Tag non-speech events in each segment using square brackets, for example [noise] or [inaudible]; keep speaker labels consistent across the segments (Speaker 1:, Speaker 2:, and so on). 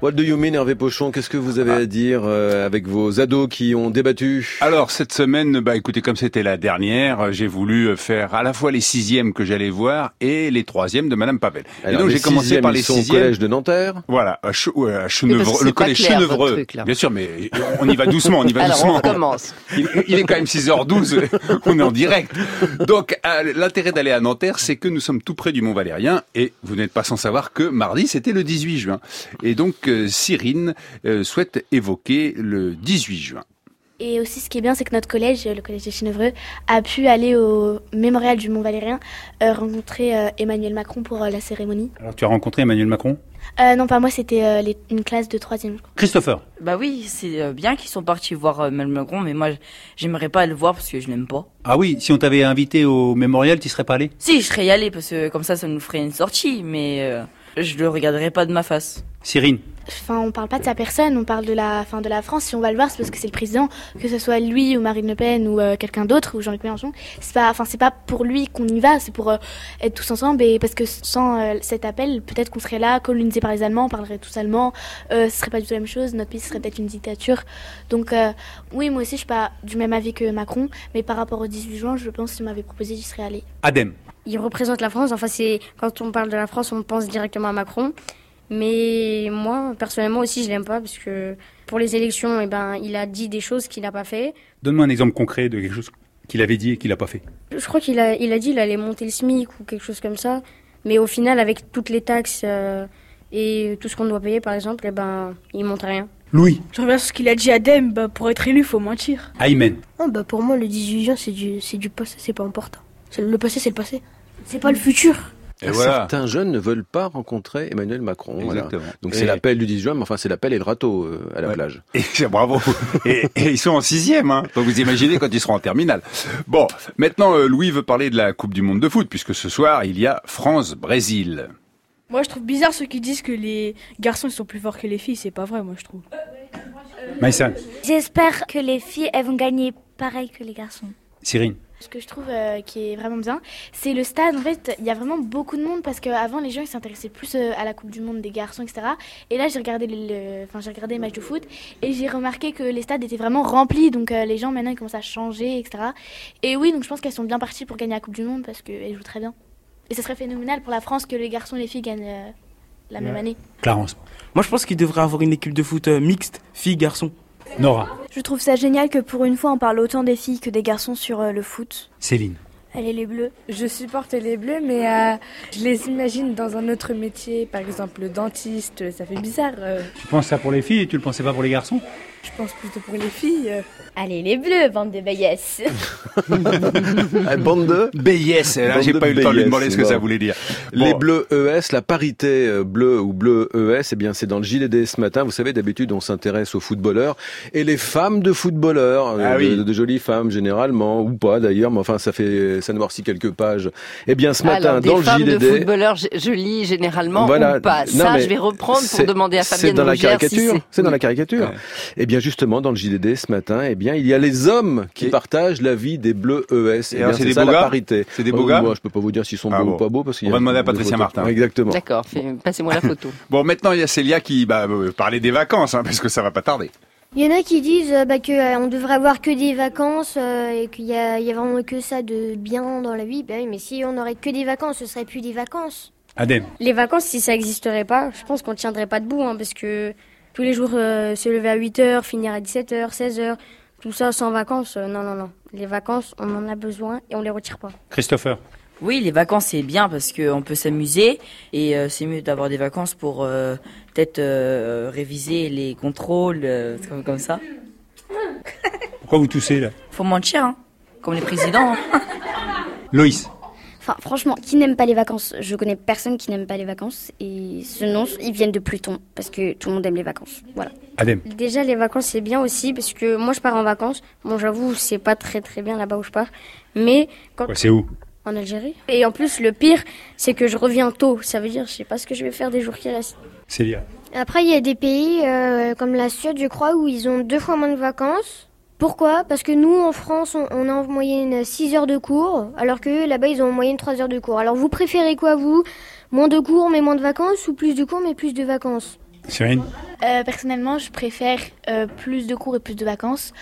Speaker 1: What do you mean, Hervé Pochon Qu'est-ce que vous avez à dire euh, avec vos ados qui ont débattu
Speaker 2: Alors cette semaine, bah écoutez, comme c'était la dernière, euh, j'ai voulu faire à la fois les sixièmes que j'allais voir et les troisièmes de Madame Pavel. Et
Speaker 1: Alors,
Speaker 2: donc
Speaker 1: les
Speaker 2: j'ai commencé
Speaker 1: sixièmes,
Speaker 2: par
Speaker 1: ils
Speaker 2: les
Speaker 1: sont au
Speaker 2: sixièmes.
Speaker 1: collège de Nanterre.
Speaker 2: Voilà, à Che- ouais, à
Speaker 3: Oui, parce
Speaker 2: Chenevreux, le
Speaker 3: que Eh ben, c'est pas
Speaker 2: collège
Speaker 3: clair, votre
Speaker 2: Chenevreux.
Speaker 3: truc, là.
Speaker 2: Bien sûr, mais on y va doucement, on
Speaker 1: Bah,
Speaker 2: y va
Speaker 3: Alors on
Speaker 2: doucement.
Speaker 3: recommence.
Speaker 2: Il, il est quand même 6h12, [laughs] on est en direct. Donc euh, l'intérêt d'aller à Nanterre, c'est que nous sommes tout près du Mont Valérien et vous n'êtes pas sans savoir que mardi, c'était le 18 juin. Et donc euh, Cyrine euh, souhaite évoquer le 18 juin.
Speaker 4: Et aussi, ce qui est bien, c'est que notre collège, le collège des Chenevreux, a pu aller au mémorial du Mont Valérien euh, rencontrer euh, Emmanuel Macron pour euh, la cérémonie.
Speaker 5: Alors tu as rencontré Emmanuel Macron
Speaker 4: Euh, non, pas moi, c'était euh, les- une classe de troisième. je crois.
Speaker 5: Christopher
Speaker 6: Bah oui, c'est euh, bien qu'ils sont partis voir euh, Emmanuel Macron, mais moi, j'aimerais pas le voir parce que je l'aime pas.
Speaker 5: Ah oui, si on t'avait invité au mémorial, tu serais pas allé
Speaker 6: Si, je serais y allé parce que comme ça, ça nous ferait une sortie, mais euh, je le regarderais pas de ma face.
Speaker 5: Cyrine
Speaker 4: Enfin, on parle pas de sa personne, on parle de la fin de la France. Si on va le voir, c'est parce que c'est le président, que ce soit lui ou Marine Le Pen ou euh, quelqu'un d'autre ou Jean-Luc Mélenchon. C'est pas, enfin, c'est pas pour lui qu'on y va, c'est pour euh, être tous ensemble. Et parce que sans euh, cet appel, peut-être qu'on serait là, colonisé par les Allemands, on parlerait tous allemand. Euh, ce serait pas du tout la même chose. Notre pays ce serait peut-être une dictature. Donc, euh, oui, moi aussi, je suis pas du même avis que Macron, mais par rapport au 18 juin, je pense qu'il m'avait proposé, j'y serais allée.
Speaker 5: Adem
Speaker 7: il représente la France. Enfin, c'est quand on parle de la France, on pense directement à Macron. Mais moi, personnellement aussi, je l'aime pas parce que pour les élections, eh ben, il a dit des choses qu'il n'a pas fait.
Speaker 5: Donne-moi un exemple concret de quelque chose qu'il avait dit et qu'il n'a pas fait.
Speaker 7: Je crois qu'il a, il a dit qu'il allait monter le SMIC ou quelque chose comme ça. Mais au final, avec toutes les taxes euh, et tout ce qu'on doit payer, par exemple, eh ben, il monte rien.
Speaker 5: Louis
Speaker 8: Je reviens sur ce qu'il a dit à Dem, bah, pour être élu, faut mentir.
Speaker 5: Aymen
Speaker 9: bah pour moi, le 18 juin, c'est du, c'est du passé, c'est pas important. C'est- Le passé, c'est le passé. C'est pas le futur.
Speaker 2: Et voilà.
Speaker 1: Certains jeunes ne veulent pas rencontrer Emmanuel Macron. voilà.
Speaker 2: Exactement.
Speaker 1: Donc
Speaker 2: Et-
Speaker 1: c'est l'appel du 18 juin, mais enfin c'est l'appel et le râteau euh, à la
Speaker 2: Ouais.
Speaker 1: plage.
Speaker 2: Et [laughs] c'est- bravo. Et, et ils sont en sixième, hein. Donc vous imaginez quand ils seront en terminale. Bon, maintenant euh, Louis veut parler de la Coupe du Monde de foot puisque ce soir il y a France-Brésil.
Speaker 8: Moi, je trouve bizarre ceux qui disent que les garçons ils sont plus forts que les filles, c'est pas vrai, moi, je trouve.
Speaker 5: Maïsan
Speaker 10: J'espère que les filles, elles vont gagner pareil que les garçons.
Speaker 5: Cyrine
Speaker 4: Ce que je trouve euh, qui est vraiment bien, c'est le stade. En fait, il y a vraiment beaucoup de monde parce qu'avant, les gens ils s'intéressaient plus euh, à la Coupe du Monde des garçons, etc. Et là, j'ai regardé, le, le- enfin, j'ai regardé les matchs de foot et j'ai remarqué que les stades étaient vraiment remplis. Donc, euh, les gens maintenant ils commencent à changer, etc. Et oui, donc je pense qu'elles sont bien parties pour gagner la Coupe du Monde parce qu'elles jouent très bien. Et ce serait phénoménal pour la France que les garçons et les filles gagnent euh, la même année.
Speaker 5: Clarence
Speaker 11: Moi, je pense qu'il devrait avoir une équipe de foot euh, mixte, filles-garçons.
Speaker 5: Nora
Speaker 10: Je trouve ça génial que pour une fois, on parle autant des filles que des garçons sur euh, le foot.
Speaker 5: Céline
Speaker 10: Allez, les bleus.
Speaker 9: Je supporte les bleus, mais euh, je les imagine dans un autre métier, par exemple le dentiste, ça fait bizarre. euh.
Speaker 5: Tu penses ça pour les filles et tu le pensais pas pour les garçons
Speaker 9: je pense plutôt pour les filles. euh.
Speaker 7: Allez, les bleus, bande de baillasses.
Speaker 1: [laughs] Ah, Bande de
Speaker 2: Béyès, là
Speaker 1: Bande
Speaker 2: hein, j'ai
Speaker 1: de
Speaker 2: pas eu le temps de lui
Speaker 1: Béyès,
Speaker 2: demander ce que
Speaker 1: non.
Speaker 2: ça voulait dire.
Speaker 1: Les
Speaker 2: Bon.
Speaker 1: bleus ES, la parité euh, bleu ou bleu ES, eh bien c'est dans le JDD ce matin. Vous savez, d'habitude on s'intéresse aux footballeurs et les femmes de footballeurs, euh,
Speaker 2: Ah oui.
Speaker 1: de, de- de jolies femmes généralement ou pas d'ailleurs, mais enfin ça fait ça noircit quelques pages. Eh bien ce matin
Speaker 3: Alors, des
Speaker 1: dans le
Speaker 3: femmes de
Speaker 1: JDD,
Speaker 3: footballeurs, je, je lis généralement
Speaker 1: Voilà.
Speaker 3: ou pas.
Speaker 1: Non,
Speaker 3: Ça,
Speaker 1: mais
Speaker 3: je vais reprendre pour
Speaker 1: c'est-
Speaker 3: demander à
Speaker 1: c'est
Speaker 3: Fabienne
Speaker 1: dans la
Speaker 3: Rougière si
Speaker 1: caricature.
Speaker 3: c'est-
Speaker 1: c'est dans la caricature.
Speaker 2: Ouais.
Speaker 1: Eh bien justement dans le JDD ce matin, eh bien il y a les hommes qui
Speaker 2: Et-
Speaker 1: partagent la vie des bleus ES. Eh
Speaker 2: alors,
Speaker 1: bien
Speaker 2: c'est
Speaker 1: c'est
Speaker 2: des
Speaker 1: ça
Speaker 2: beaux
Speaker 1: la
Speaker 2: gars
Speaker 1: parité.
Speaker 2: C'est des
Speaker 1: Oh,
Speaker 2: beaux gars
Speaker 1: Moi je peux pas vous dire s'ils sont
Speaker 2: Ah
Speaker 1: beaux
Speaker 2: bon.
Speaker 1: ou pas beaux parce qu'il y
Speaker 2: On
Speaker 1: a
Speaker 2: va demander à
Speaker 1: des
Speaker 2: Patricia
Speaker 1: photos.
Speaker 2: Martin.
Speaker 1: Exactement.
Speaker 3: D'accord, fais- passez-moi
Speaker 1: [laughs]
Speaker 3: la photo.
Speaker 2: Bon, maintenant il y a Célia qui bah, euh, parlait des vacances hein, parce que ça va pas tarder.
Speaker 7: Il y en a qui disent euh, bah, qu'on devrait avoir que des vacances euh, et qu'il y a, vraiment que ça de bien dans la vie. Bah mais si on aurait que des vacances, ce serait plus des vacances.
Speaker 5: Adem
Speaker 7: Les vacances, si ça n'existerait pas, je pense qu'on tiendrait pas debout, hein, parce que tous les jours euh, se lever à 8h, finir à 17h, 16h, tout ça sans vacances, euh, non, non, non. Les vacances, on en a besoin et on les retire pas.
Speaker 5: Christopher
Speaker 6: [laughs] Oui, les vacances, c'est bien parce qu'on peut s'amuser et euh, c'est mieux d'avoir des vacances pour euh, peut-être euh, réviser les contrôles, euh, comme, comme ça.
Speaker 5: Pourquoi vous toussez là
Speaker 6: Faut mentir, hein, comme les présidents. hein.
Speaker 5: Loïs
Speaker 7: Enfin, franchement, qui n'aime pas les vacances Je connais personne qui n'aime pas les vacances, et ce nom, ils viennent de Pluton, parce que tout le monde aime les vacances, voilà.
Speaker 5: Adem
Speaker 7: Déjà, les vacances, c'est bien aussi, parce que moi, je pars en vacances. Bon, j'avoue, c'est pas très très bien là-bas où je pars, mais quand
Speaker 5: Ouais, C'est où
Speaker 7: En Algérie. Et en plus, le pire, c'est que je reviens tôt. Ça veut dire, je sais pas ce que je vais faire des jours qui restent.
Speaker 5: Célia
Speaker 7: Après, il y a des pays euh, comme la Suède, je crois, où ils ont deux fois moins de vacances. Pourquoi Parce que nous, en France, on, on a en moyenne 6 heures de cours, alors que eux, là-bas, ils ont en moyenne 3 heures de cours. Alors, vous préférez quoi, vous Moins de cours, mais moins de vacances, ou plus de cours, mais plus de vacances
Speaker 5: Cyrine
Speaker 4: Euh, personnellement, je préfère euh, plus de cours et plus de vacances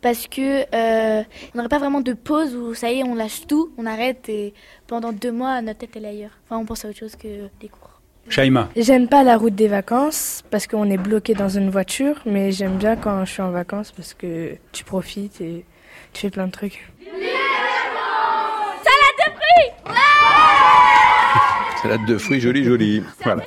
Speaker 4: parce que euh, on n'aurait pas vraiment de pause où ça y est, on lâche tout, on arrête et pendant deux mois, notre tête elle est ailleurs. Enfin, on pense à autre chose que des cours.
Speaker 5: Shaima
Speaker 9: J'aime pas la route des vacances parce qu'on est bloqué dans une voiture, mais j'aime bien quand je suis en vacances parce que tu profites et tu fais plein de trucs.
Speaker 12: Salade de fruits
Speaker 1: Salade de fruits, jolie, jolie.
Speaker 2: Voilà.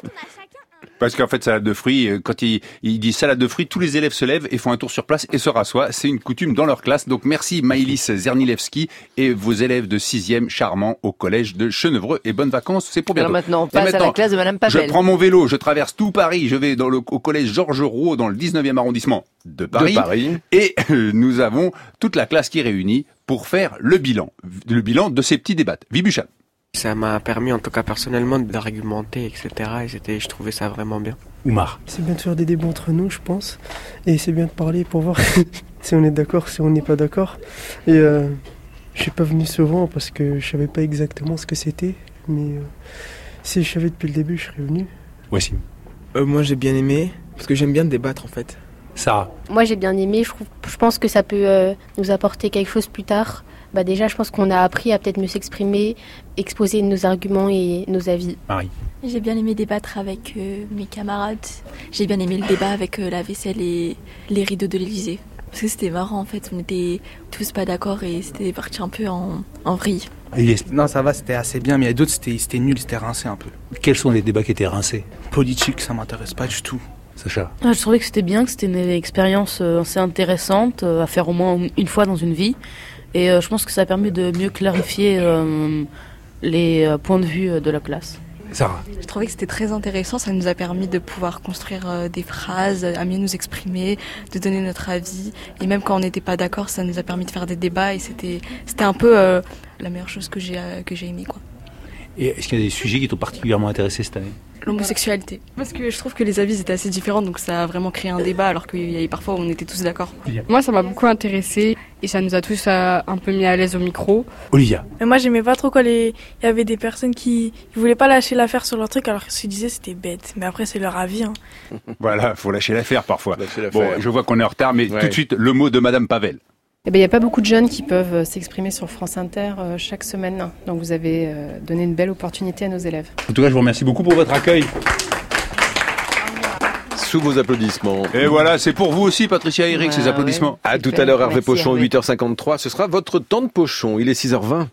Speaker 2: Parce qu'en fait, salade de fruits, euh, quand il, il dit salade de fruits, tous les élèves se lèvent et font un tour sur place et se rassoient. C'est une coutume dans leur classe. Donc merci Maïlis Zernilewski et vos élèves de 6e charmants au collège de Chenevreux. Et bonnes vacances, c'est pour bientôt.
Speaker 3: Alors maintenant, on
Speaker 2: Et
Speaker 3: passe à la classe de Madame Pavel.
Speaker 2: Je prends mon vélo, je traverse tout Paris, je vais dans le, au collège Georges Rouault dans le 19e arrondissement de Paris.
Speaker 1: Paris.
Speaker 2: Et euh, nous avons toute la classe qui est réunie pour faire le bilan. Le bilan de ces petits débats. Vibuchan.
Speaker 13: Ça m'a permis, en tout cas personnellement, d'argumenter, etc. Et c'était, je trouvais ça vraiment bien.
Speaker 5: Oumar.
Speaker 14: C'est bien de faire des débats entre nous, je pense. Et c'est bien de parler pour voir si on est d'accord, si on n'est pas d'accord. Et euh, je suis pas venu souvent parce que je savais pas exactement ce que c'était. Mais euh, si je savais depuis le début, je serais venu.
Speaker 5: Voici.
Speaker 15: Euh, moi j'ai bien aimé, parce que j'aime bien débattre en fait.
Speaker 5: Sarah.
Speaker 16: Moi j'ai bien aimé, je, trouve- je pense que ça peut euh, nous apporter quelque chose plus tard. Bah déjà je pense qu'on a appris à peut-être mieux s'exprimer, exposer nos arguments et nos avis.
Speaker 5: Marie.
Speaker 7: J'ai bien aimé débattre avec euh, mes camarades. J'ai bien aimé le débat avec euh, la vaisselle et les rideaux de l'Elysée. Parce que c'était marrant en fait, on était tous pas d'accord et c'était parti un peu en, en vrille.
Speaker 17: Non, ça va, c'était assez bien, mais il y a d'autres, c'était c'était nul, c'était rincé un peu.
Speaker 5: Quels sont les débats qui étaient rincés
Speaker 17: Politique, ça m'intéresse pas du tout.
Speaker 5: Sacha.
Speaker 6: Ah, je trouvais que c'était bien, que c'était une expérience euh, assez intéressante euh, à faire au moins une fois dans une vie. Et euh, je pense que ça a permis de mieux clarifier euh, les euh, points de vue euh, de la classe.
Speaker 5: Sarah.
Speaker 7: Je trouvais que c'était très intéressant, ça nous a permis de pouvoir construire euh, des phrases, à mieux nous exprimer, de donner notre avis. Et même quand on n'était pas d'accord, ça nous a permis de faire des débats et c'était c'était un peu euh, la meilleure chose que j'ai euh, que j'ai aimée. quoi.
Speaker 5: Et est-ce qu'il y a des sujets qui t'ont particulièrement intéressé cette année
Speaker 7: L'homosexualité. Parce que je trouve que les avis étaient assez différents, donc ça a vraiment créé un débat, alors qu'il y avait parfois où on était tous d'accord.
Speaker 18: Moi, ça m'a beaucoup intéressé et ça nous a tous euh, un peu mis à l'aise au micro.
Speaker 5: Olivia.
Speaker 19: Mais moi, j'aimais pas trop quand les... il y avait des personnes qui qui voulaient pas lâcher l'affaire sur leur truc alors que se disaient c'était bête. Mais après, c'est leur avis. hein.
Speaker 2: Voilà, faut lâcher l'affaire parfois.
Speaker 1: Bah,
Speaker 2: Bon, je vois qu'on est en retard, mais tout de suite, le mot de Madame Pavel.
Speaker 20: Eh bien, il n'y a pas beaucoup de jeunes qui peuvent euh, s'exprimer sur France Inter euh, chaque semaine. Donc, vous avez euh, donné une belle opportunité à nos élèves.
Speaker 5: En tout cas, je vous remercie beaucoup pour votre accueil.
Speaker 1: Sous vos applaudissements.
Speaker 2: Et voilà, c'est pour vous aussi, Patricia
Speaker 3: Bah
Speaker 2: Eric, ces applaudissements.
Speaker 1: À tout à l'heure, Hervé Pochon, 8h53. Ce sera votre temps de Pochon. Il est 6h20.